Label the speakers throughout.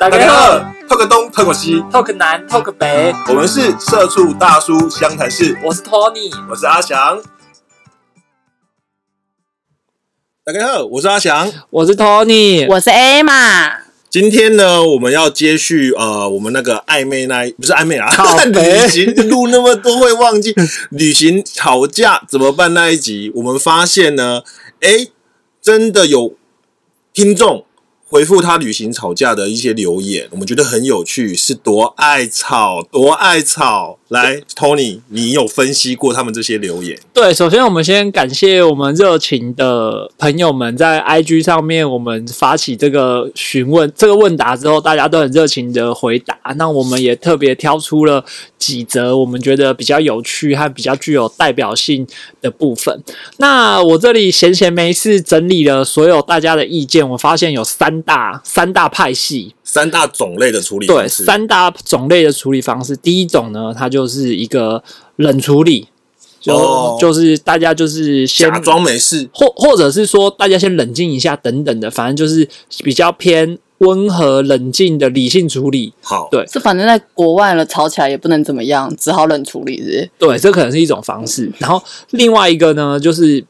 Speaker 1: 大
Speaker 2: 大
Speaker 1: 家
Speaker 2: 家
Speaker 1: 好
Speaker 2: 好，talk 东 talk 西，
Speaker 1: ，Talk 南 Talk 北，
Speaker 2: 我们是社畜大叔湘潭市，
Speaker 1: 我是 Tony。
Speaker 2: 我是阿翔。大家好，我是阿翔。
Speaker 1: 我是 Tony，
Speaker 3: 我是 A 嘛，
Speaker 2: 今天呢，我们要接续呃，我们那个暧昧那一不是暧昧啊
Speaker 1: 靠，北
Speaker 2: 旅行录那么多会忘记， 旅行吵架怎么办那一集，我们发现呢，哎，真的有听众回复他旅行吵架的一些留言，我们觉得很有趣，是多爱吵，多爱吵。来，Tony，你有分析过他们这些留言？
Speaker 1: 对，首先我们先感谢我们热情的朋友们，在 IG 上面我们发起这个询问这个问答之后，大家都很热情的回答。那我们也特别挑出了几则我们觉得比较有趣和比较具有代表性的部分。那我这里闲闲没事整理了所有大家的意见，我发现有三大三大派系。
Speaker 2: 三大种类的处理
Speaker 1: 对，
Speaker 2: 方式，
Speaker 1: 三大种类的处理方式，第一种呢，它就是一个冷处理，就、
Speaker 2: 哦
Speaker 1: 就是大家就是先
Speaker 2: 假装没事，
Speaker 1: 或或者是说大家先冷静一下等等的，反正就是比较偏温和冷静的理性处理。
Speaker 2: 好，
Speaker 1: 对
Speaker 3: 这反正在国外了，吵起来也不能怎么样，只好冷处理是
Speaker 1: 对，这可能是一种方式。然后另外一个呢，就是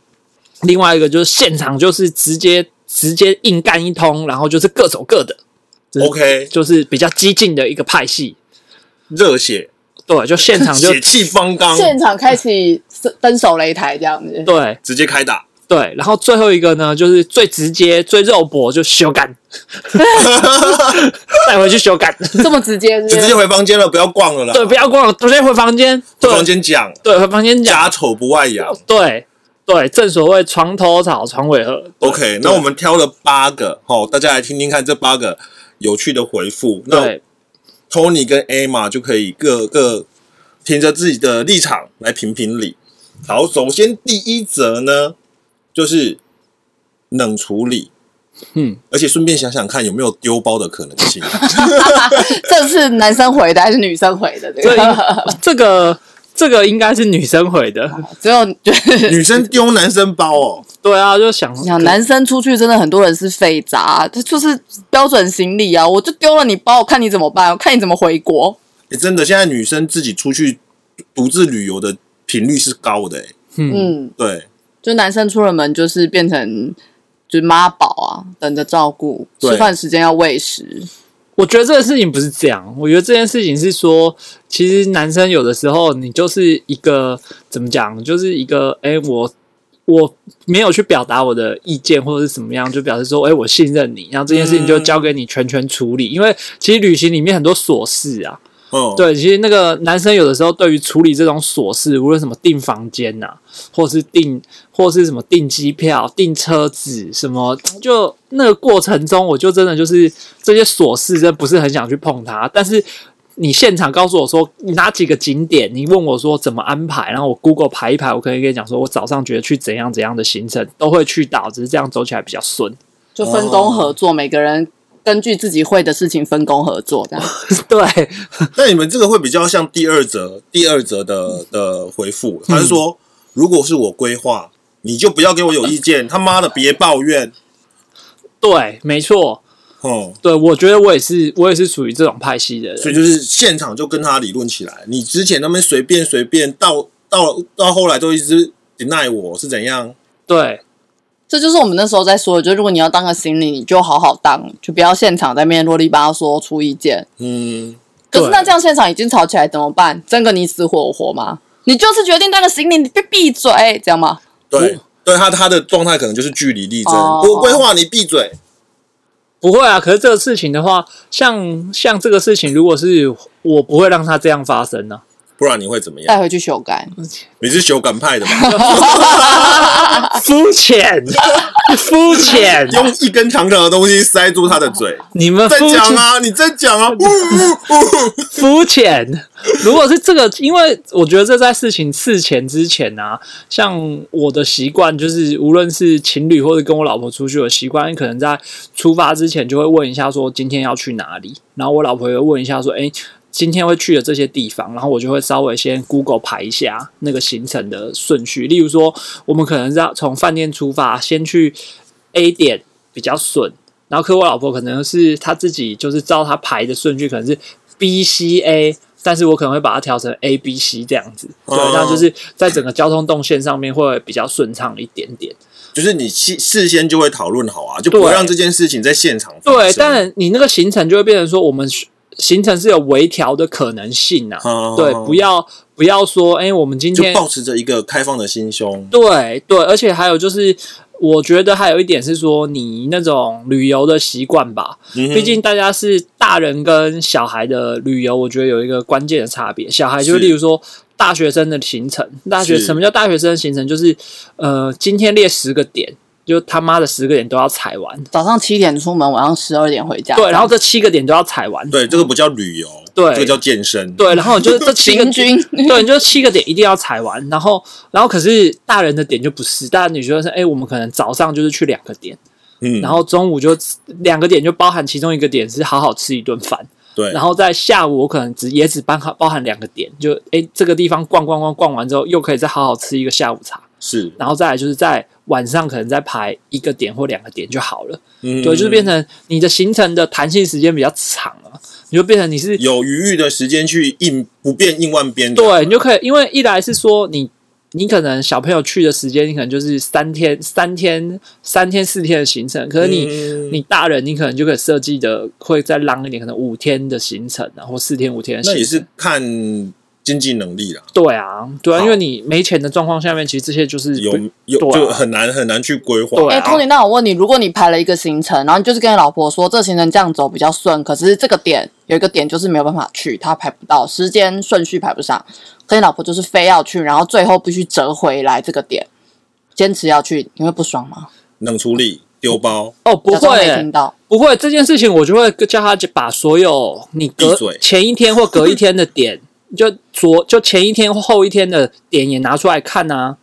Speaker 1: 另外一个就是现场就是直接直接硬干一通，然后就是各走各的。这是
Speaker 2: OK，
Speaker 1: 就是比较激进的一个派系。
Speaker 2: 热血，
Speaker 1: 对，就现场 就
Speaker 2: 血气方
Speaker 3: 不
Speaker 2: 刚
Speaker 3: 是，现场开启分手擂台这样子。
Speaker 1: 对。
Speaker 2: 直接开打。
Speaker 1: 对，然后最后一个呢，就是最直接、最肉搏，就修 改，带回去修改。
Speaker 3: 这么直接是
Speaker 2: 就
Speaker 3: 不
Speaker 2: 直
Speaker 3: 是
Speaker 2: 接回房间了，不要逛了啦。
Speaker 1: 对，不要光直接回房间。对，
Speaker 2: 房间讲
Speaker 1: 对，回房间讲。
Speaker 2: 家丑不外扬。
Speaker 1: 对对，正所谓床头吵，床尾和。
Speaker 2: OK，那我们挑了八个，好，大家来听听看这八个有趣的回复。那
Speaker 1: 对
Speaker 2: Tony 跟 Emma 就可以各各凭着自己的立场来评评理。好，首先第一则呢，就是冷处理，
Speaker 1: 嗯，
Speaker 2: 而且顺便想想看有没有丢包的可能 性。
Speaker 3: 这是男生回的还是女生回的？这
Speaker 1: 这应
Speaker 3: 个
Speaker 1: 这个这个应该是女生回的。
Speaker 3: 只有就是
Speaker 2: 女生丢男生包哦，
Speaker 1: 对啊，就想
Speaker 3: 想男生出去真的很多人是废渣，这就是标准行李啊！我就丢了你包，我看你怎么办，我看你怎么回国。
Speaker 2: 诶欸真的，现在女生自己出去独自旅游的频率是高的、诶欸
Speaker 1: 嗯，
Speaker 3: 嗯，
Speaker 2: 对，
Speaker 3: 就男生出了门就是变成就是妈宝啊，等着照顾，
Speaker 2: 对哦
Speaker 3: 吃饭时间要喂食。
Speaker 1: 我觉得这个事情不是这样，我觉得这件事情是说，其实男生有的时候你就是一个怎么讲，就是一个哎、诶我我没有去表达我的意见或者是怎么样，就表示说哎、诶我信任你，然后这件事情就交给你全权处理。因为其实旅行里面很多琐事啊，
Speaker 2: 嗯，
Speaker 1: 对，其实那个男生有的时候对于处理这种琐事，无论什么订房间呐、啊或是订或是什么订机票、订车子什么，就那个过程中，我就真的就是这些琐事，真不是很想去碰它。但是你现场告诉我说你哪几个景点，你问我说怎么安排，然后我 Google 排一排，我可以跟你讲说，我早上觉得去怎样怎样的行程都会去到，只是这样走起来比较顺。
Speaker 3: 就分工合作，每个人根据自己会的事情分工合作，这样
Speaker 1: 对，
Speaker 2: 那你们这个会比较像第二则，第二则的
Speaker 3: 嗯
Speaker 2: 的回复，他是说，如果是我规划，你就不要给我有意见，他妈的别抱怨，
Speaker 1: 对，没错，
Speaker 2: 哦、
Speaker 1: 对，我觉得我也是，我也是属于这种派系的人。
Speaker 2: 所以就是现场就跟他理论起来，你之前那边随便随便，到到到后来都一直 deny 我是怎样？
Speaker 1: 对，
Speaker 3: 这就是我们那时候在说的，就如果你要当个行李，你就好好当，就不要现场在面啰里吧嗦出意见。
Speaker 2: 嗯，
Speaker 3: 可是
Speaker 1: 对
Speaker 3: 那这样现场已经吵起来怎么办？争个你死我活吗？你就是决定当个行李，你闭闭嘴，这样吗？
Speaker 2: 对，对他他的状态可能就是据理力争，
Speaker 3: 哦
Speaker 2: 我规划你闭嘴，
Speaker 1: 不会啊，可是这个事情的话，像像这个事情，如果是我不会让它这样发生啊呢、
Speaker 2: 不然你会怎么样？
Speaker 3: 带回去修改。
Speaker 2: 你是修改派的吧？
Speaker 1: 肤浅， 肤浅，
Speaker 2: 用一根长长的东西塞住他的 嘴，
Speaker 1: 你们
Speaker 2: 再
Speaker 1: 肤
Speaker 2: 讲
Speaker 1: 浅，
Speaker 2: 啊，你再讲啊，
Speaker 1: 肤浅。如果是这个，因为我觉得这在事情事前之前啊，像我的习惯就是，无论是情侣或者跟我老婆出去的习惯，可能在出发之前就会问一下说今天要去哪里，然后我老婆也会问一下说，哎。今天会去的这些地方，然后我就会稍微先 Google 排一下那个行程的顺序。例如说，我们可能是要从饭店出发，先去 A 点比较顺，然后可我老婆可能是她自己就是照她排的顺序，可能是 B C A，但是我可能会把它调成 A B C 这样子，对，
Speaker 2: 哦
Speaker 1: 那就是在整个交通动线上面会比较顺畅一点点。
Speaker 2: 就是你事事先就会讨论好啊，就不会
Speaker 1: 对
Speaker 2: 让这件事情在现场发
Speaker 1: 对，
Speaker 2: 生
Speaker 1: 当然你那个行程就会变成说，我们行程是有微调的可能性呐、
Speaker 2: 哦
Speaker 1: 对，不要不要说，哎、我们今
Speaker 2: 就
Speaker 1: 天
Speaker 2: 保持着一个开放的心胸，
Speaker 1: 对对，而且还有就是，我觉得还有一点是说，你那种旅游的习惯吧，
Speaker 2: 嗯哼
Speaker 1: 毕竟大家是大人跟小孩的旅游，我觉得有一个关键的差别。小孩就是例如说大学生的行程，大学
Speaker 2: 是
Speaker 1: 什么叫大学生的行程？就是呃，今天列十个点，就他妈的十个点都要踩完，
Speaker 3: 早上七点出门，晚上十二点回家。
Speaker 1: 对，然后这七个点都要踩完，
Speaker 2: 对，这个不叫旅游，
Speaker 1: 对
Speaker 2: 这个叫健身，
Speaker 1: 对，然后你就是这七个
Speaker 3: 平均
Speaker 1: 对，你就七个点一定要踩完，然后，然后可是大人的点就不是，大人你觉得是，哎，我们可能早上就是去两个点，
Speaker 2: 嗯，
Speaker 1: 然后中午就两个点就包含其中一个点是好好吃一顿饭，
Speaker 2: 对，
Speaker 1: 然后在下午我可能只也只包含包含两个点，就哎这个地方逛逛逛逛完之后，又可以再好好吃一个下午茶，
Speaker 2: 是，
Speaker 1: 然后再来就是在晚上可能再排一个点或两个点就好了，
Speaker 2: 嗯，
Speaker 1: 对，就是变成你的行程的弹性时间比较长了，你就变成你是
Speaker 2: 有余裕的时间去应不变应万变，，
Speaker 1: 对你就可以，因为一来是说你，你可能小朋友去的时间，你可能就是三天、三天、三天四天的行程，可是你、
Speaker 2: 嗯
Speaker 1: 你大人，你可能就可以设计的会再浪一点，可能五天的行程啊，然后四天、五天的行
Speaker 2: 那
Speaker 1: 程。
Speaker 2: 也是看经济能力啦，
Speaker 1: 对啊，对啊，
Speaker 2: 好
Speaker 1: 因为你没钱的状况下面，其实这些就是
Speaker 2: 有
Speaker 1: 不
Speaker 2: 有
Speaker 1: 对啊
Speaker 2: 就很难很难去规划，
Speaker 1: 对
Speaker 3: 哎、
Speaker 1: 啊
Speaker 3: t o n y 那我问你，如果你排了一个行程，然后你就是跟你老婆说这行程这样走比较顺，可是这个点有一个点就是没有办法去，他排不到，时间顺序排不上，可你老婆就是非要去，然后最后必须折回来这个点，坚持要去，你会不爽吗？
Speaker 2: 冷处理丢包，
Speaker 1: 哦，不
Speaker 3: 假装
Speaker 1: 会、
Speaker 3: 没听到，
Speaker 1: 不会这件事情，我就会叫他把所有你
Speaker 2: 闭
Speaker 1: 隔
Speaker 2: 嘴
Speaker 1: 前一天或隔一天的点，就昨就前一天或后一天的点也拿出来看啊。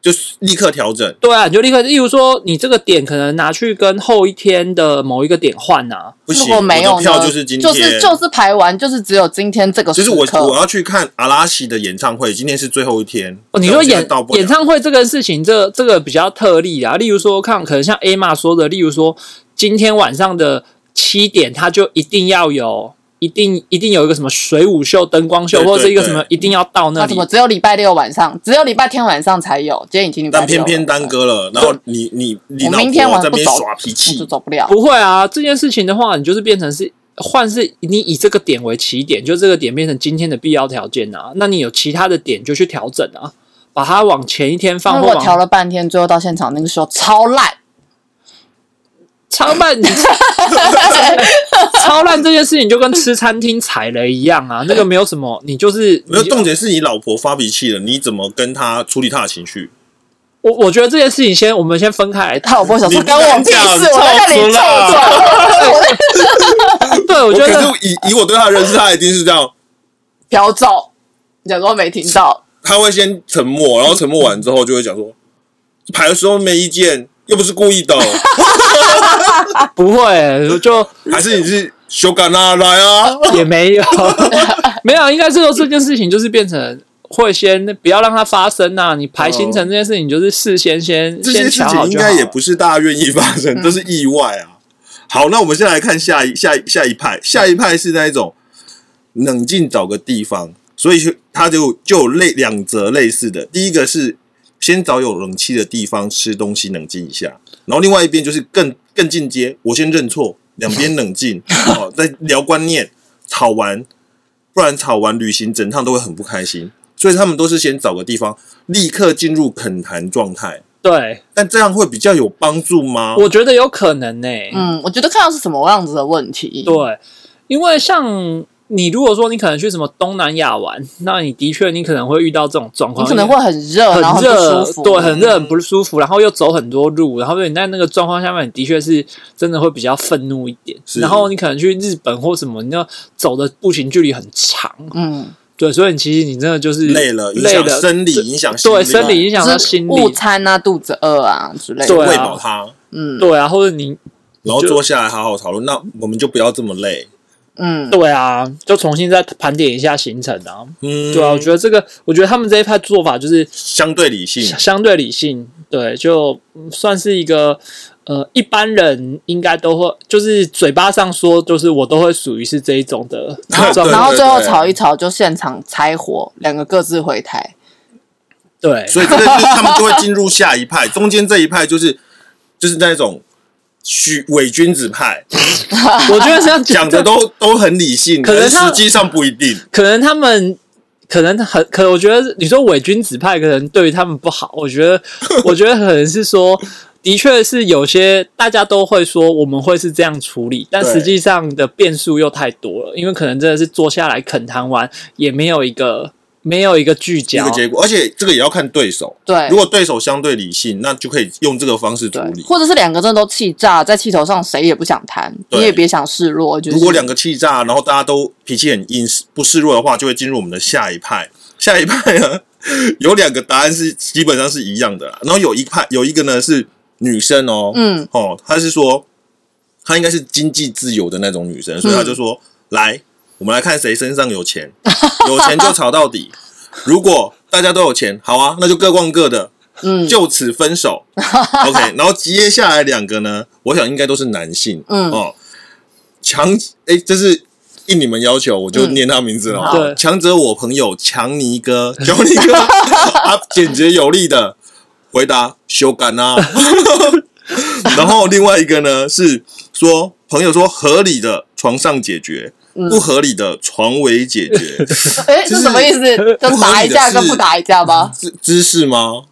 Speaker 2: 就是立刻调整，
Speaker 1: 对啊，你就立刻，例如说，你这个点可能拿去跟后一天的某一个点换啊。
Speaker 2: 不
Speaker 3: 如
Speaker 2: 行，
Speaker 3: 果
Speaker 2: 我
Speaker 3: 没有
Speaker 2: 的
Speaker 3: 呢？
Speaker 2: 票就是今天，
Speaker 3: 就是就是排完，就是只有今天这个
Speaker 2: 就
Speaker 3: 时
Speaker 2: 是
Speaker 3: 刻。
Speaker 2: 我我要去看阿拉西的演唱会，今天是最后一天。
Speaker 1: 哦，你
Speaker 2: 但
Speaker 1: 说
Speaker 2: 我现在
Speaker 1: 演
Speaker 2: 到不了
Speaker 1: 演唱会这个事情，这这个比较特例啊。例如说，看可能像 A 玛说的，例如说今天晚上的七点，它就一定要有，一定一定有一个什么水舞秀、灯光秀，
Speaker 2: 对对
Speaker 1: 或者是一个什么
Speaker 2: 对，
Speaker 1: 一定要到那
Speaker 3: 那
Speaker 1: 里
Speaker 3: 怎。么只有礼拜六晚上，只有礼拜天晚上才有？今天已经礼拜
Speaker 2: 但偏
Speaker 3: 六
Speaker 2: 偏
Speaker 3: 了
Speaker 2: 耽，搁了，然后你你你
Speaker 3: 我
Speaker 2: 老
Speaker 3: 明天
Speaker 2: 婆
Speaker 3: 晚
Speaker 2: 在那
Speaker 3: 上不
Speaker 2: 边
Speaker 3: 走
Speaker 2: 耍脾
Speaker 3: 我就
Speaker 2: 气，
Speaker 3: 走不了。
Speaker 1: 不会啊，这件事情的话，你就是变成是换是你以这个点为起点，就这个点变成今天的必要条件啊。那你有其他的点就去调整啊，把它往前一天放
Speaker 3: 那
Speaker 1: 或
Speaker 3: 我
Speaker 1: 往
Speaker 3: 调了半天，最后到现场那个时候超烂。
Speaker 1: 超烂，超烂这件事情就跟吃餐厅踩雷一样啊，那个没有什么，你就是
Speaker 2: 没有
Speaker 1: 你
Speaker 2: 重点是你老婆发脾气了，你怎么跟她处理她的情绪？
Speaker 1: 我我觉得这件事情先我们先分开 来谈。
Speaker 3: 他我不会想说
Speaker 2: 你不
Speaker 3: 跟我
Speaker 2: 能
Speaker 3: 屁
Speaker 2: 这样
Speaker 3: 事，我在那里
Speaker 2: 臭
Speaker 3: 臭
Speaker 2: 死了
Speaker 3: 臭，我在
Speaker 1: 对，我
Speaker 2: 我
Speaker 1: 觉
Speaker 2: 可
Speaker 1: 得
Speaker 2: 是以以我对她的认识，她一定是这样，
Speaker 3: 飘走，假装没听到。
Speaker 2: 她会先沉默，然后沉默完之后就会讲说，排的时候没意见，又不是故意的，
Speaker 1: 不会、就
Speaker 2: 还是你是修改啦来啊？
Speaker 1: 也没 有，没有，应该是说这件事情就是变成。会先不要让它发生呐、你排行程这件事情就是事先先
Speaker 2: 哦这些
Speaker 1: 先
Speaker 2: 事
Speaker 1: 瞧好
Speaker 2: 情应
Speaker 1: 就好嗯
Speaker 2: 该
Speaker 1: 了。
Speaker 2: 也不是大家愿意发生，这是意外啊。好，那我们先来看下一下一下一派，下一派是那一种冷静找个地方，所以他就就有类两则类似的，第一个是先找有冷气的地方吃东西冷静一下，然后另外一边就是更更进阶，我先认错，两边冷 静，哦，再聊观念，吵完，不然吵完旅行整趟都会很不开心，所以他们都是先找个地方立刻进入恳谈状态。
Speaker 1: 对，
Speaker 2: 但这样会比较有帮助吗？
Speaker 1: 我觉得有可能欸呢、
Speaker 3: 嗯，我觉得看到是什么样子的问题。
Speaker 1: 对，因为像你如果说你可能去什么东南亚玩，那你的确你可能会遇到这种状
Speaker 3: 你
Speaker 1: 况，
Speaker 3: 可能会很热，然后
Speaker 1: 很
Speaker 3: 不
Speaker 1: 热
Speaker 3: 舒，服。嗯
Speaker 1: 对，很热，很不舒服，然后又走很多路，然后你在那个状况下面，你的确是真的会比较愤怒一点。
Speaker 2: 是
Speaker 1: 然后你可能去日本或什么，你要走的步行距离很长，
Speaker 3: 嗯，
Speaker 1: 对，所以你其实你真的就是
Speaker 2: 累了，影
Speaker 1: 累
Speaker 2: 响
Speaker 1: 了，
Speaker 2: 生理，影响心
Speaker 1: 对，生理影响到
Speaker 3: 就是
Speaker 1: 心
Speaker 3: 误
Speaker 1: 理，
Speaker 3: 餐啊，肚子饿啊之类
Speaker 1: 对
Speaker 3: 的。
Speaker 1: 啊
Speaker 2: 喂饱它，
Speaker 3: 嗯，
Speaker 1: 对啊，或者你
Speaker 2: 然后
Speaker 1: 就
Speaker 2: 坐下来好好讨论。那我们就不要这么累，
Speaker 3: 嗯，
Speaker 1: 对啊，就重新再盘点一下行程啊。
Speaker 2: 嗯，
Speaker 1: 对啊，我觉得这个，我觉得他们这一派做法就是
Speaker 2: 相对理性
Speaker 1: 相，相对理性，对，就嗯算是一个呃，一般人应该都会，就是嘴巴上说，就是我都会属于是这一种的
Speaker 2: 啊
Speaker 1: 状
Speaker 3: 然
Speaker 1: 态，
Speaker 3: 后最后
Speaker 2: 对对对
Speaker 3: 吵一吵就现场拆伙，两个各自回台。
Speaker 1: 对，
Speaker 2: 所以这个就是他们就会进入下一派，中间这一派就是就是那种虚伪君子 派，
Speaker 1: 我觉得这样
Speaker 2: 讲的都都很理性，
Speaker 1: 可能
Speaker 2: 但是
Speaker 1: 他
Speaker 2: 实际上不一定。
Speaker 1: 可能他们可能很可，我觉得你说伪君子派可能对于他们不好，我觉 得我觉得可能是说。的确是有些大家都会说我们会是这样处理，但
Speaker 2: 对
Speaker 1: 实际上的变数又太多了，因为可能真的是坐下来恳谈完，也没有一个没有一个聚
Speaker 2: 一
Speaker 1: 焦
Speaker 2: 个，结果，而且这个也要看对手。
Speaker 3: 对
Speaker 2: 如，果对手相对理性，那就可以用这个方式处
Speaker 3: 对，
Speaker 2: 理。
Speaker 3: 或者是两个真的都气炸，在气头上谁也不想谈，
Speaker 2: 对
Speaker 3: 你也别想示弱。就是
Speaker 2: 如果两个气炸，然后大家都脾气很硬，不示弱的话，就会进入我们的下一派。下一派呢， 有两个答案是基本上是一样的啦，然后有一派有一个呢是女生哦，
Speaker 3: 嗯，
Speaker 2: 哦，她是说她应该是经济自由的那种女生，所以她就说、
Speaker 3: 嗯
Speaker 2: 来，我们来看谁身上有钱，有钱就吵到底。如果大家都有钱，好啊，那就各逛各的，
Speaker 3: 嗯
Speaker 2: 就此分 手。OK，然后接下来两个呢，我想应该都是男性。
Speaker 3: 嗯
Speaker 2: 哦，强哎，这是应你们要求，我就念他名字了
Speaker 1: 嗯
Speaker 2: 哦。
Speaker 1: 对
Speaker 2: 强者我朋友强尼哥，强尼 哥啊，简洁有力的回答修改啊。 然后另外一个呢是说，朋友说合理的床上解决，
Speaker 3: 嗯
Speaker 2: 不合理的床尾解决，
Speaker 3: 哎，这什么意 思？就打一架跟不打一架吧，
Speaker 2: 姿姿势吗？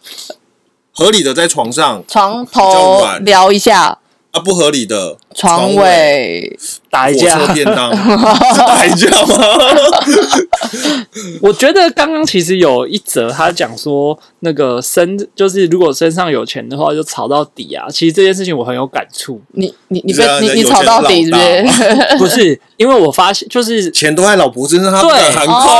Speaker 2: 合理的在床上
Speaker 3: 床
Speaker 2: 较
Speaker 3: 头
Speaker 2: 软
Speaker 3: 聊一下，
Speaker 2: 啊，不合理的
Speaker 3: 床
Speaker 2: 尾
Speaker 3: 尾
Speaker 1: 打一
Speaker 2: 火
Speaker 1: 架
Speaker 2: 车。便当 是打一架吗？
Speaker 1: 我觉得刚刚其实有一则他讲说，那个身就是如果身上有钱的话，就吵到底啊。其实这件事情我很有感 触，
Speaker 3: 你你你
Speaker 2: 这
Speaker 3: 被
Speaker 2: 样
Speaker 3: 你
Speaker 2: 人
Speaker 3: 你
Speaker 2: 有
Speaker 3: 吵
Speaker 2: 钱
Speaker 3: 到底是
Speaker 2: 老
Speaker 1: 不
Speaker 3: 不是？
Speaker 1: 是因为我发现就是
Speaker 2: 钱都在老婆身上，他不
Speaker 1: 对
Speaker 2: 敢喊 扣。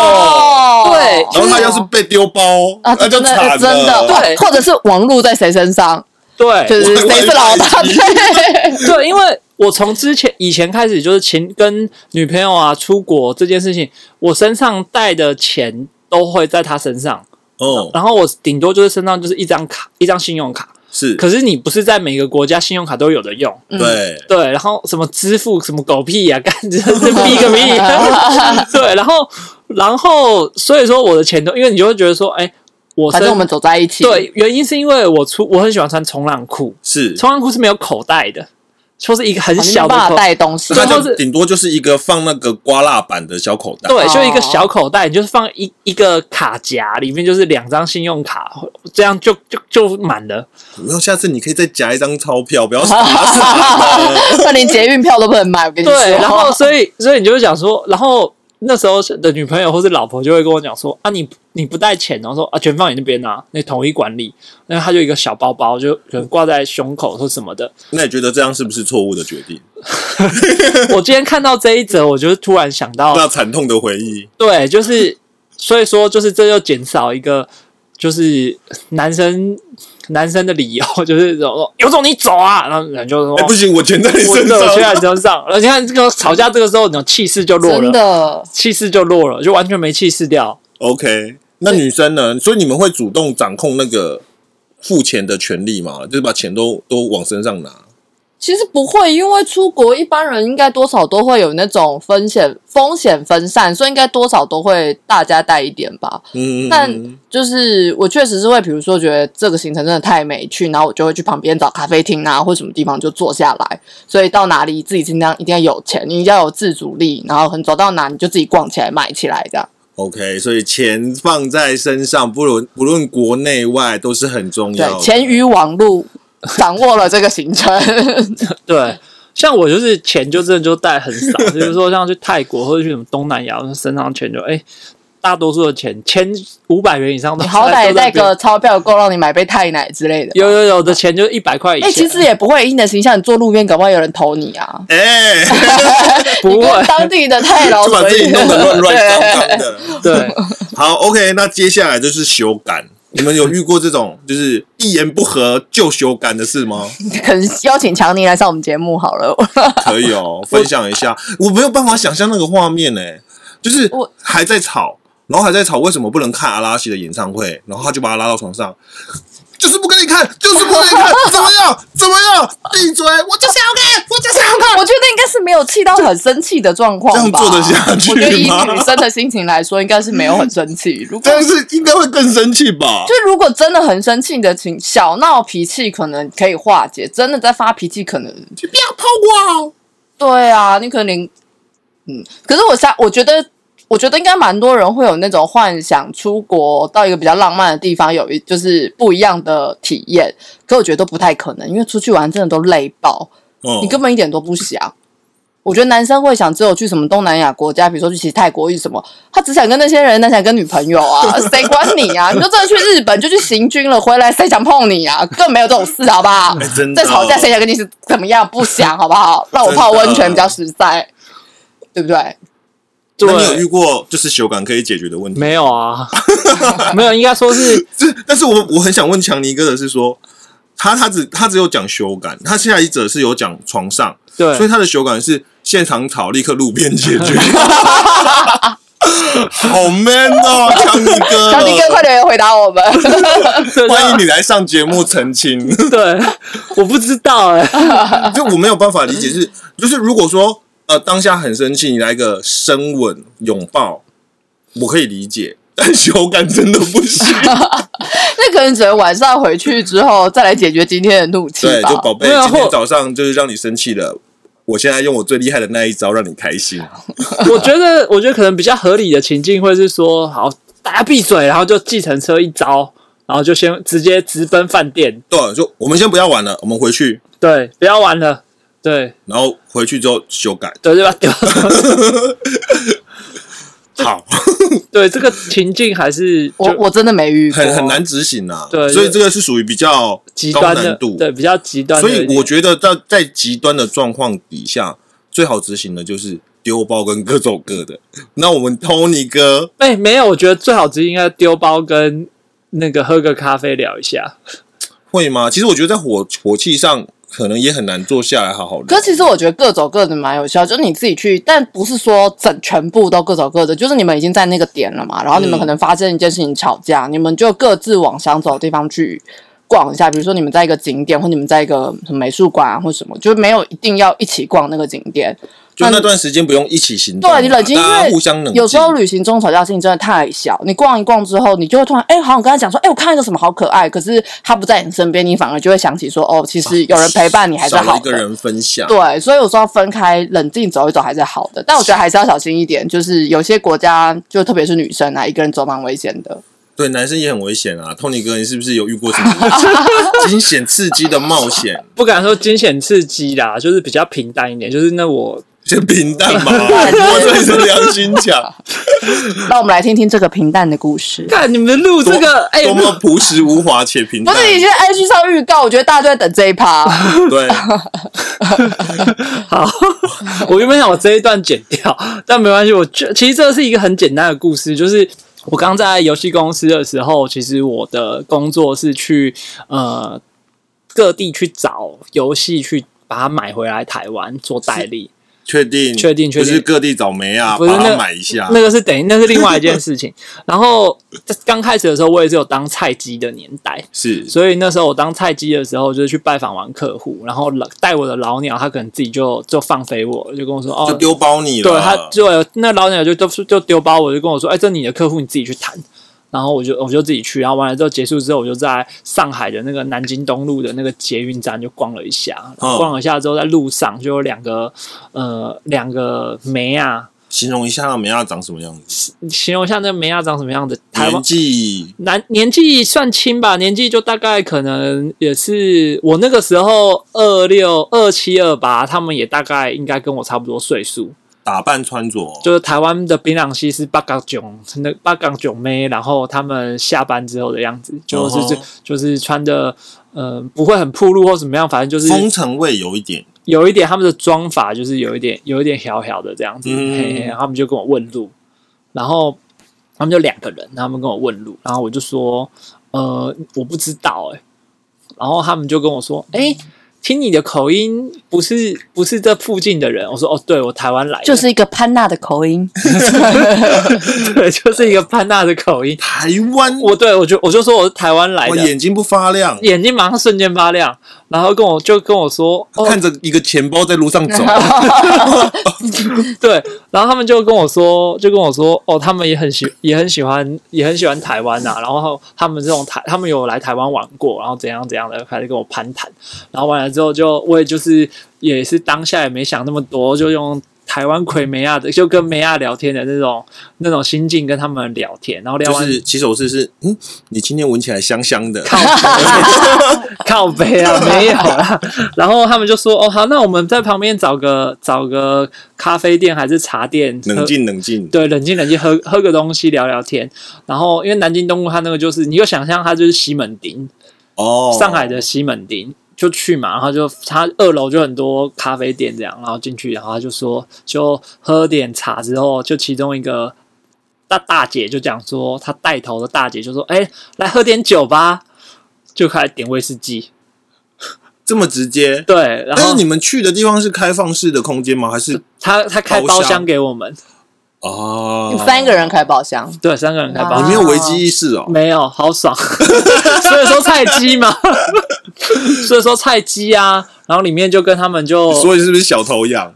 Speaker 3: 哦，
Speaker 1: 对
Speaker 2: 然后他要是被丢包，
Speaker 3: 啊，
Speaker 2: 那就
Speaker 3: 真
Speaker 2: 惨
Speaker 3: 的真的
Speaker 1: 对
Speaker 3: 或者是网络在谁身上，
Speaker 1: 对
Speaker 3: 就是谁是老大，
Speaker 2: 哎我以为
Speaker 3: 对，
Speaker 1: 对，因为我从之前以前开始就是情跟女朋友啊出国这件事情，我身上带的钱都会在她身上，
Speaker 2: 哦，
Speaker 1: 然后我顶多就是身上就是一张卡，一张信用卡。
Speaker 2: 是，
Speaker 1: 可是你不是在每个国家信用卡都有的用，
Speaker 3: 嗯
Speaker 2: 对，
Speaker 1: 对，然后什么支付什么狗屁呀、干真是逼个 屁， 对，然后然后所以说我的钱都，因为你就会觉得说，哎，我
Speaker 3: 反
Speaker 1: 身
Speaker 3: 正我们走在一起，
Speaker 1: 对原因是因为我出我很喜欢穿冲浪裤，
Speaker 2: 是，
Speaker 1: 冲浪裤是没有口袋的，就是一个很
Speaker 3: 哦，你没
Speaker 1: 小
Speaker 3: 有
Speaker 1: 的
Speaker 3: 办
Speaker 1: 口
Speaker 3: 法带东西，
Speaker 1: 对
Speaker 2: 那
Speaker 1: 或
Speaker 2: 就是顶多就是一个放那个刮蜡板的小口袋，
Speaker 1: 对，就一个
Speaker 3: 哦
Speaker 1: 小口袋，你就是放一一个卡夹，里面就是两张信用卡，这样就就就满了。
Speaker 2: 然后下次你可以再夹一张钞票，不要傻傻。
Speaker 3: 那连捷运票都不能买，我跟你说。
Speaker 1: 对，然后所以所以你就会想说，然后那时候的女朋友或是老婆就会跟我讲说啊，你你不带钱哦，然后说啊，全放你那边啊，那统一管理，然后他就一个小包包，就可能挂在胸口或什么 的。
Speaker 2: 那你觉得这样是不是错误的决定？
Speaker 1: 我今天看到这一则，我就突然想到，
Speaker 2: 那惨痛的回忆，
Speaker 1: 对，就是所以说，就是这就减少一个就是男生男生的理由，就是这种说有种你走啊，然后人就说、
Speaker 2: 哎，不行，我钱在你
Speaker 1: 我
Speaker 2: 身
Speaker 1: 对我现在
Speaker 2: 上，
Speaker 1: 就上，而且看这个吵架这个时候，你的气势就弱
Speaker 3: 真
Speaker 1: 了，
Speaker 3: 的，
Speaker 1: 气势就弱了，就完全没气势掉。
Speaker 2: OK，那女生呢？所以你们会主动掌控那个付钱的权利嘛？就是把钱都都往身上拿。
Speaker 3: 其实不会，因为出国一般人应该多少都会有那种风险风险分散，所以应该多少都会大家带一点吧。
Speaker 2: 嗯，
Speaker 3: 但就是我确实是会，比如说觉得这个行程真的太美趣，然后我就会去旁边找咖啡厅啊，或什么地方就坐下来。所以到哪里自己尽量一定要有钱，你一定要有自主力，然后很走到哪你就自己逛起来买起来这样。
Speaker 2: OK，所以钱放在身上，不论不论国内外都是很重要
Speaker 3: 对，
Speaker 2: 的。
Speaker 3: 钱于网络， 掌握了这个行程。嗯
Speaker 1: 对，像我就是钱就真的就带很少，比如说像去泰国或者去什么东南亚，身上钱就哎、大多数的钱千五百元以上都
Speaker 3: 你好歹
Speaker 1: 都
Speaker 3: 带
Speaker 1: 在边
Speaker 3: 个钞票够让你买杯泰奶之类的吧。
Speaker 1: 有有有的钱就一百块以下，
Speaker 3: 哎、其实也不会，以你的形象，你坐路边，搞不好有人投你啊。
Speaker 2: 哎，
Speaker 1: 不会
Speaker 3: 跟当地的太 老
Speaker 2: 就把
Speaker 3: 所
Speaker 2: 自己
Speaker 3: 以
Speaker 2: 弄得乱乱
Speaker 3: 对
Speaker 2: 脏脏的。
Speaker 1: 对。
Speaker 2: 好，OK，那接下来就是修改。你们有遇过这种就是一言不合就修改的事吗？
Speaker 3: 可能邀请强尼来上我们节目好了。
Speaker 2: 可以 哦，分享一下。我没有办法想象那个画面呢、就是
Speaker 3: 我
Speaker 2: 还在吵，然后还在吵，为什么不能看阿拉西的演唱会？然后他就把他拉到床上，就是不跟你看，就是不跟你 看，怎么样？怎么样？闭嘴！我就是要看，我就是要看。
Speaker 3: 我觉得应该是没有气到很生气的状况吧。
Speaker 2: 这样做得下去吗
Speaker 3: 我觉得以女生的心情来说，应该是没有很生气。 如果
Speaker 2: 这样是应该会更生气吧？
Speaker 3: 就如果真的很生气的情小闹脾气，可能可以化解；真的在发脾气，可能
Speaker 2: 就不要碰我！
Speaker 3: 对啊，你可能嗯，可是我想，我觉得。我觉得应该蛮多人会有那种幻想，出国到一个比较浪漫的地方，有一就是不一样的体验。可我觉得都不太可能，因为出去玩真的都累爆。
Speaker 2: 哦
Speaker 3: 你根本一点都不想。我觉得男生会想，只有去什么东南亚国家，比如说去其泰国，去什么，他只想跟那些人，他想跟女朋友 啊，谁管你啊？你就真的去日本就去行军了，回来谁想碰你啊？更没有这种事，好不好？
Speaker 2: 哎真的
Speaker 3: 在吵架谁想跟你是怎么样？不想，好 不好？让我泡温泉比较实在，对不对？
Speaker 2: 那你有遇
Speaker 1: 对，
Speaker 2: 过就是修改可以解决的问题吗？
Speaker 1: 没有 啊，没有，应该说是
Speaker 2: 这，但是我我很想问强尼哥的是说，他他只他只有讲修改，他下一者是有讲床上，所以
Speaker 1: 对，
Speaker 2: 他的修改是现场吵，立刻路边解 决。好 man 哦，强尼哥，
Speaker 3: 小丁哥，快点回答我们。
Speaker 2: 嗯
Speaker 1: 对
Speaker 2: 欢迎你来上节目 澄清。
Speaker 1: 对，我不知道哎、
Speaker 2: 就我没有办法理解是，就是如果说呃当下很生气，你来个深吻拥抱，我可以理解，但修改真的不 行。
Speaker 3: 那可能只能晚上回去之后再来解决今天的怒气
Speaker 2: 对，
Speaker 3: 吧
Speaker 2: 就。宝贝，
Speaker 1: 没有
Speaker 2: 今天
Speaker 1: 或
Speaker 2: 早上就是让你生气了。我现在用我最厉害的那一招让你开心，
Speaker 1: 我觉得，我觉得可能比较合理的情境会是说，好，大家闭嘴，然后就计程车一招，然后就先直接直奔饭店，
Speaker 2: 对，就我们先不要玩了，我们回去，
Speaker 1: 对，不要玩了，对，
Speaker 2: 然后回去之后修改。
Speaker 1: 对，对吧？丢到 桌上
Speaker 2: 好，
Speaker 1: 对，这个情境还是
Speaker 3: 我
Speaker 1: 就
Speaker 3: 我真的没遇过，
Speaker 2: 很很难执行啊。
Speaker 1: 对
Speaker 2: 所以这个是属于比较
Speaker 1: 极
Speaker 2: 高
Speaker 1: 端的
Speaker 2: 难度，，
Speaker 1: 对，比较极端的
Speaker 2: 所
Speaker 1: 一点。
Speaker 2: 以我觉得在在极端的状况底下，最好执行的就是丢包跟各走各的。那我们 Tony 哥，
Speaker 1: 哎、没有，我觉得最好只应该丢包跟那个喝个咖啡聊一下。
Speaker 2: 会吗？其实我觉得在火火气上，可能也很难坐下来好好
Speaker 3: 可
Speaker 2: 聊。
Speaker 3: 是其实我觉得各走各的蛮有效，就是你自己去，但不是说整全部都各走各的，就是你们已经在那个点了嘛，然后你们
Speaker 2: 嗯
Speaker 3: 可能发生一件事情吵架，你们就各自往想走的地方去逛一下，比如说你们在一个景点，或你们在一个什么美术馆啊，或什么，就没有一定要一起逛那个景点。
Speaker 2: 就那段时间不用一起行动嘛，
Speaker 3: 对你冷静，因
Speaker 2: 大家
Speaker 3: 为
Speaker 2: 互相冷静。
Speaker 3: 有时候旅行中吵架的事情真的太小，你逛一逛之后，你就会突然哎、好，我跟他讲说，哎、我看到一个什么好可爱，可是他不在你身边，你反而就会想起说，哦，其实有人陪伴你还是
Speaker 2: 少了
Speaker 3: 好
Speaker 2: 一个
Speaker 3: 的。
Speaker 2: 人分享，
Speaker 3: 对，所以有时候分开冷静走一走还是好的，但我觉得还是要小心一点，就是有些国家就特别是女生啊，一个人走蛮危险 的。
Speaker 2: 对男生也很危险啊。Tony 哥，你是不是有遇过什 么惊险刺激的冒险？
Speaker 1: 不敢说惊险刺激啦，就是比较平淡一点。就是那我
Speaker 2: 先平淡吧，我这里是良心讲，
Speaker 3: 那我们来听听这个平淡的故 事。
Speaker 1: 看你们录这个，哎、
Speaker 2: 多
Speaker 1: 录
Speaker 2: 么朴实无华且平
Speaker 3: 不
Speaker 2: 淡。
Speaker 3: 是，你去 IG 上预告，我觉得大家都在等这一趴。
Speaker 2: 对，
Speaker 1: 好， 我原本想我这一段剪掉，但没关系。我就其实这是一个很简单的故事，就是我刚在游戏公司的时候，其实我的工作是去呃各地去找游戏，去把它买回来台湾做代理。
Speaker 2: 确定，
Speaker 1: 确定确定
Speaker 2: 不是各地找煤啊，
Speaker 1: 不是
Speaker 2: 把
Speaker 1: 那
Speaker 2: 它
Speaker 1: 个
Speaker 2: 买一下。
Speaker 1: 那个是等于那是另外一件事情。然后刚开始的时候，我也是有当菜鸡的年代，
Speaker 2: 是
Speaker 1: 所以那时候我当菜鸡的时候，就是去拜访完客户，然后老带我的老鸟，他可能自己就就放飞我，就跟我说哦
Speaker 2: 就。丢包你了。
Speaker 1: 对他就
Speaker 2: 啊
Speaker 1: 有那老鸟就就就丢包我，就跟我说：“哎、这你的客户你自己去谈。”然后我就哦我就自己去，然后完了之后结束之后，我就在上海的那个南京东路的那个捷运站就逛了一下，然后
Speaker 2: 嗯
Speaker 1: 逛了一下之后，在路上就有两个呃两个梅啊，
Speaker 2: 形容一下那梅亚长什么样子，
Speaker 1: 形容一下那梅亚长什么样子？台湾
Speaker 2: 年纪
Speaker 1: 男年纪算轻吧，年纪就大概可能也是我那个时候二六二七二八，他们也大概应该跟我差不多岁数。
Speaker 2: 打扮穿着，
Speaker 1: 就是台湾的槟榔西是八港囧，那八港囧妹，然后他们下班之后的样子，就是这、
Speaker 2: 哦
Speaker 1: 就是穿的呃不会很暴露或怎么样，反正就是
Speaker 2: 风尘味有一点。
Speaker 1: 有一点他们的妆法就是有一点有一点小小的这样子，
Speaker 2: 嗯
Speaker 1: 嘿嘿，然后他们就跟我问路，然后他们就两个人，然后他们跟我问路，然后我就说，呃，我不知道哎、然后他们就跟我说，哎、听你的口音不是不是这附近的人。我说哦，对，我台湾来的，
Speaker 3: 就是一个潘娜的口音，
Speaker 1: 对，就是一个潘娜的口音。
Speaker 2: 台湾，
Speaker 1: 我对我就我就说我是台湾来
Speaker 2: 我
Speaker 1: 的，
Speaker 2: 眼睛不发亮，
Speaker 1: 眼睛马上瞬间发亮，然后跟我就跟我说，哦，
Speaker 2: 看着一个钱包在路上走，
Speaker 1: 对，然后他们就跟我说，就跟我说，哦，他们也很喜也很喜欢也很喜欢台湾呐、啊然后他们这种台他们有来台湾玩过，然后怎样怎样的，开始跟我攀谈，然后完了之后就我也就是也是当下也没想那么多，就用。台湾魁梅亚的就跟梅亚聊天的那种那种心境跟他们聊天，然后聊
Speaker 2: 就
Speaker 1: 完
Speaker 2: 是起手式是，嗯，你今天闻起来香香 的，
Speaker 1: 靠北靠北啊，没有啦。然后他们就说：“哦，好，那我们在旁边找个找个咖啡店还是茶店，喝
Speaker 2: 冷静冷静，
Speaker 1: 对，冷静冷静，喝喝个东西，聊聊天。然后因为南京东路它那个就是，你就想象它就是西门町，
Speaker 2: 哦，
Speaker 1: 上海的西门町。”就去嘛，然后就它二楼就很多咖啡店这样，然后进去，然后他就说就喝点茶之后，就其中一个大大姐就讲说，她带头的大姐就说：“哎、来喝点酒吧。”就开始点威士忌，
Speaker 2: 这么直接。
Speaker 1: 对，然
Speaker 2: 但
Speaker 1: 后
Speaker 2: 是你们去的地方是开放式的空间吗？还是
Speaker 1: 他他开
Speaker 2: 包
Speaker 1: 包
Speaker 2: 厢
Speaker 1: 厢给我们，
Speaker 2: 哦，
Speaker 3: 三个人开包厢，
Speaker 1: 对，三个人开包
Speaker 2: 你
Speaker 1: 厢
Speaker 2: 没有危机意识哦，
Speaker 1: 没有，好爽。 所以说菜鸡嘛， 所以说菜鸡啊，然后里面就跟他们就
Speaker 2: 所以是不是小头痒？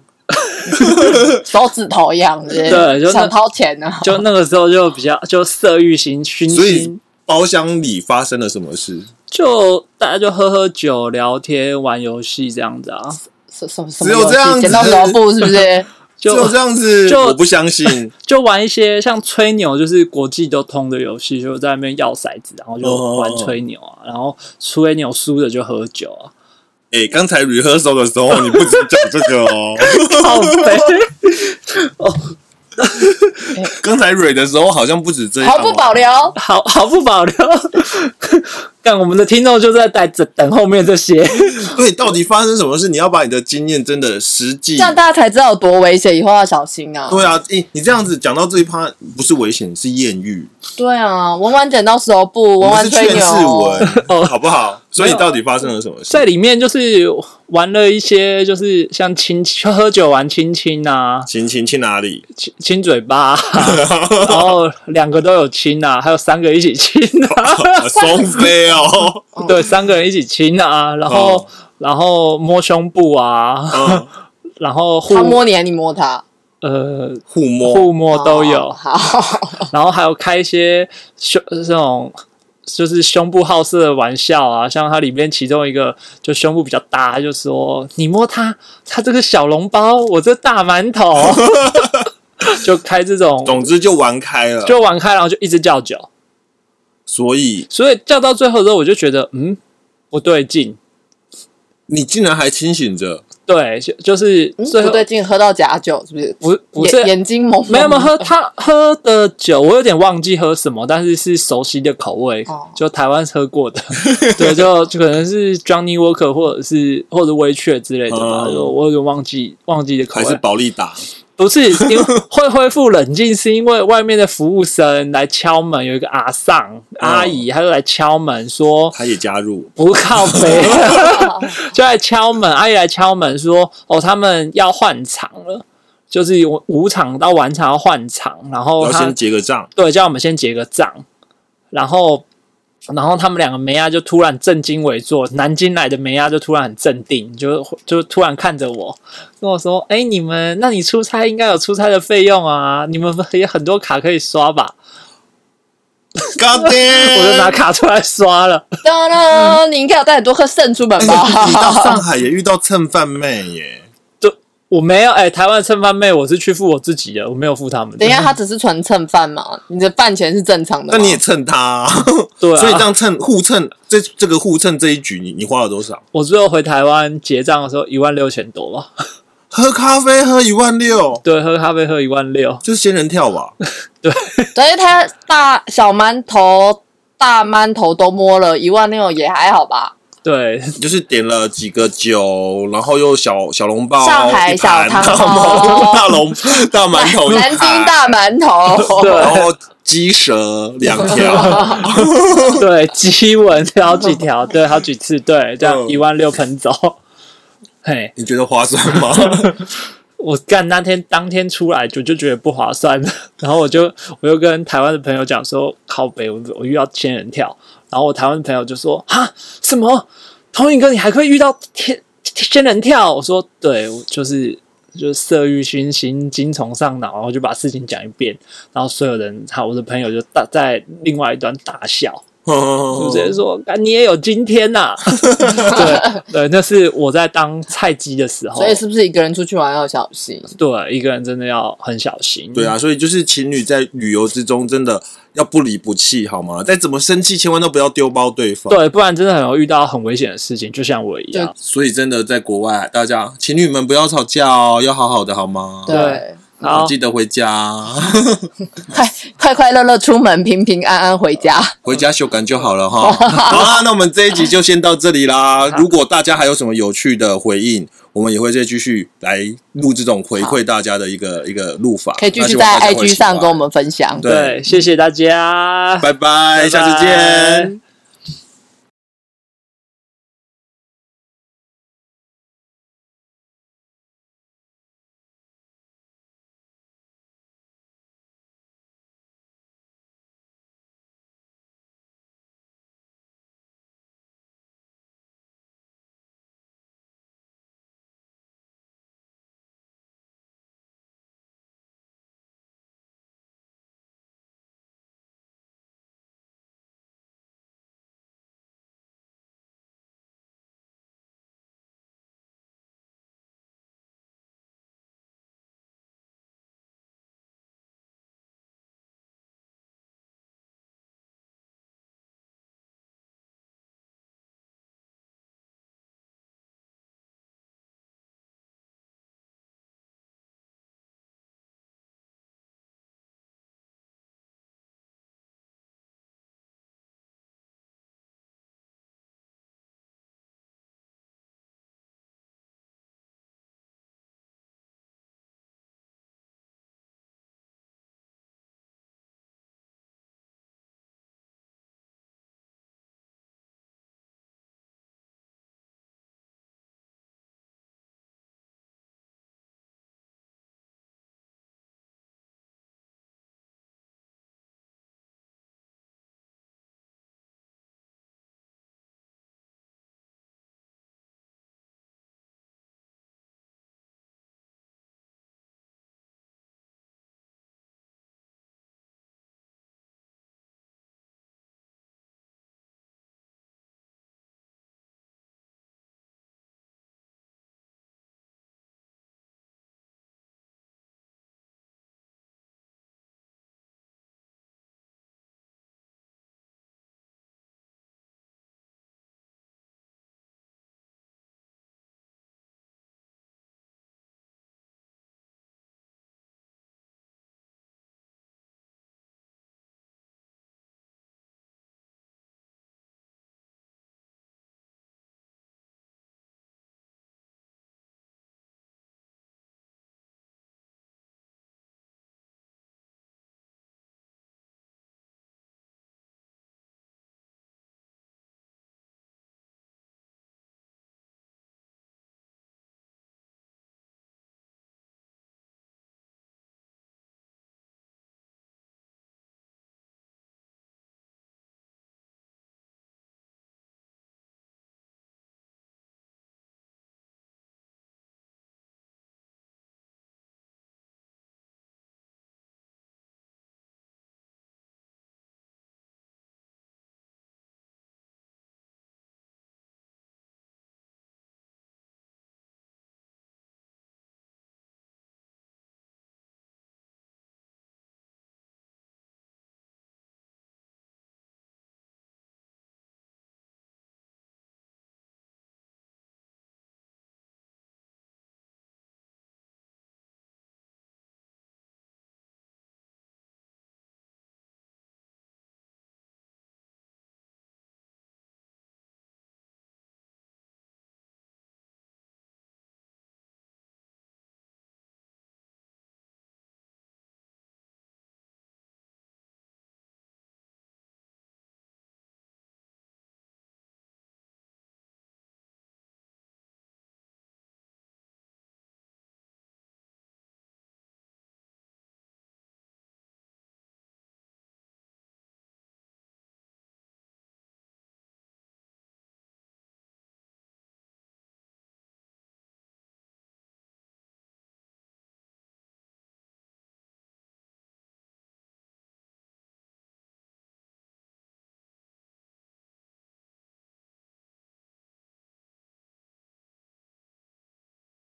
Speaker 3: 手指头一样，是不是
Speaker 1: 对就那
Speaker 3: 想掏钱啊呢、
Speaker 1: 就那个时候就比较就色欲型熏
Speaker 2: 所以
Speaker 1: 心，
Speaker 2: 包厢里发生了什么事？
Speaker 1: 就大家就喝喝酒、聊天、玩游戏这样子啊，
Speaker 3: 什什么什
Speaker 2: 只
Speaker 3: 么
Speaker 2: 有
Speaker 3: 游戏
Speaker 2: 这样子
Speaker 3: 剪刀石头布是 不是？
Speaker 2: 只
Speaker 1: 就
Speaker 2: 有这样子，
Speaker 1: 就
Speaker 2: 我不 相信。
Speaker 1: 就玩一些像吹牛，就是国际都通的游戏，就在那边要骰子，然后就
Speaker 2: 哦
Speaker 1: 玩吹牛啊，然后吹牛输的就喝酒啊，
Speaker 2: 哎，刚才 rehearsal 的时候，你不止讲这个哦。
Speaker 1: 靠背。
Speaker 2: 刚才蕊的时候好像不止这样哦，
Speaker 3: 毫不保留，
Speaker 1: 毫毫不保留。 但我们的听众就在等着等后面这 些，
Speaker 2: 对，到底发生什么事？你要把你的经验真的实际
Speaker 3: 这。样大家才知道有多危险，以后要小心啊！
Speaker 2: 对啊，诶、你这样子讲到这一趴，不是危险，是艳遇，
Speaker 3: 对啊，玩玩剪刀石头布，玩
Speaker 2: 我
Speaker 3: 玩
Speaker 2: 们是
Speaker 3: 吹
Speaker 2: 劝
Speaker 3: 牛
Speaker 2: 世
Speaker 3: 哦，
Speaker 1: 哦
Speaker 2: 文， 好 不好？所以
Speaker 1: 没有
Speaker 2: 到底发生了什么事？
Speaker 1: 在里面就是玩了一些，就是像亲喝酒玩亲亲啊，
Speaker 2: 行情去 哪里？
Speaker 1: 亲亲嘴 巴、啊，然后两个都有亲啊，还有三个一起亲 啊，
Speaker 2: 啊松飞哦，
Speaker 1: 对，三个人一起亲啊，然后、
Speaker 2: 哦
Speaker 1: 然后摸胸部啊，
Speaker 2: 嗯，
Speaker 1: 然后互
Speaker 3: 哦他摸你，你摸他，
Speaker 1: 呃
Speaker 2: 互摸，
Speaker 1: 互摸都有，
Speaker 3: 哦好，
Speaker 1: 然后还有开一些胸这种就是胸部好色的玩笑啊，像它里面其中一个就胸部比较大，他就说你摸它，它这个小笼包，我这大馒 头， 就开这种
Speaker 2: 总之就玩开了。
Speaker 1: 就玩开，然后就一直叫酒，
Speaker 2: 所以
Speaker 1: 所以叫到最后的时候，我就觉得嗯不对劲，
Speaker 2: 你竟然还清醒着，
Speaker 1: 对，就就是
Speaker 3: 嗯
Speaker 1: 最后、
Speaker 3: 不对劲，喝到假酒是不是？
Speaker 1: 不不
Speaker 3: 眼
Speaker 1: 是。
Speaker 3: 眼睛蒙蒙的，
Speaker 1: 没有没有喝他喝的酒，我有点忘记喝什么，但是是熟悉的口味，
Speaker 3: 哦
Speaker 1: 就台湾喝过的，对，就就可能是 Johnny Walker 或者是或者威雀之类的吧，
Speaker 2: 嗯
Speaker 1: 就我有点忘记忘记的口
Speaker 2: 还是
Speaker 1: 味，
Speaker 2: 保利达？
Speaker 1: 不是因为 会恢复冷静，是因为外面的服务生来敲门，有一个阿丧
Speaker 2: 哦
Speaker 1: 阿姨，她就来敲门说
Speaker 2: 他也加入，
Speaker 1: 不靠北，就来敲门，阿姨来敲门说：“哦，他们要换场了，就是我五场到晚场要换场，然后
Speaker 2: 要
Speaker 1: 哦他
Speaker 2: 先结个账。
Speaker 1: 对叫我们先结个账，然后然后他们两个梅亚就突然正襟危坐，南京来的梅亚就突然很镇定，就就突然看着我跟我说：‘哎，你们那你出差应该有出差的费用啊，你们也很多卡可以刷吧？’
Speaker 2: God
Speaker 1: 我就
Speaker 2: damn！
Speaker 1: 拿卡出来刷了。”
Speaker 3: 当当，你应该有带很多颗肾出门吧？
Speaker 2: 你到上海也遇到蹭饭妹耶，
Speaker 1: 我没有哎、台湾蹭饭妹，我是去付我自己的，我没有付他们的。
Speaker 3: 等一下，他只是纯蹭饭嘛，你的饭钱是正常的
Speaker 2: 那
Speaker 3: 嘛。
Speaker 2: 你也蹭她、啊，
Speaker 1: 对啊，
Speaker 2: 所以这样蹭互蹭，这这个互蹭这一局你你花了多少？
Speaker 1: 我最后回台湾结账的时候一万六千多吧，
Speaker 2: 喝咖啡喝一万六，
Speaker 1: 对，喝咖啡喝一万六，
Speaker 2: 就是仙人跳啊吧？
Speaker 3: 等于他大小馒头、大馒头都摸了一万六，也还好吧？
Speaker 1: 对，
Speaker 2: 就是点了几个酒，然后又小小笼包，
Speaker 3: 上海
Speaker 2: 一盘
Speaker 3: 小汤
Speaker 2: 然后
Speaker 3: 包
Speaker 2: 大笼大馒头，
Speaker 3: 南京，大馒头，
Speaker 1: 对
Speaker 2: 然后鸡舌两条，
Speaker 1: 对，激吻好几条，对，好几次，对，这样
Speaker 2: 嗯
Speaker 1: 一万六盆走。嘿，
Speaker 2: 你觉得划算吗？
Speaker 1: 我干那天当天出来，我就觉得不划算 了，然后我就我就跟台湾的朋友讲说，靠北，我我遇到仙人跳，然后我台湾的朋友就说，哈，什么？童宇哥，你还会遇到天仙人跳？我说，对，我就是就是色欲熏心，精虫上脑，然后就把事情讲一遍，然后所有人，好，我的朋友就大在另外一端大笑，
Speaker 2: 哦
Speaker 1: 就直接说：“啊，你也有今天呐、 对对，那是我在当菜鸡的时候
Speaker 3: 所，以是不是一个人出去玩要小心？
Speaker 1: 对一个人真的要很小心。
Speaker 2: 对，啊，所以就是情侣在旅游之中真的要不离不弃，好吗？再怎么生气，千万都不要丢包对方。
Speaker 1: 对，不然真的很容易遇到很危险的事情，就像我一样。
Speaker 2: 所以真的在国外，大家情侣们不要吵架哦，要好好的好吗？
Speaker 1: 对
Speaker 3: 对，
Speaker 1: 好，
Speaker 2: 记得回 家，
Speaker 3: 快快快乐乐出门，平平安安回家。
Speaker 2: 回家修改就好了 哈。好啦，那我们这一集就先到这里啦。如果大家还有什么有趣的回应，我们也会再继续来录这种回馈大家的一个一个录法，
Speaker 3: 可以继
Speaker 2: 那希
Speaker 3: 续
Speaker 2: 望
Speaker 3: 在
Speaker 2: 大家会
Speaker 3: IG
Speaker 2: 喜欢
Speaker 3: 上跟我们分享。
Speaker 2: 对
Speaker 1: 对，谢谢大家，
Speaker 2: 拜拜，下次见。
Speaker 1: 拜拜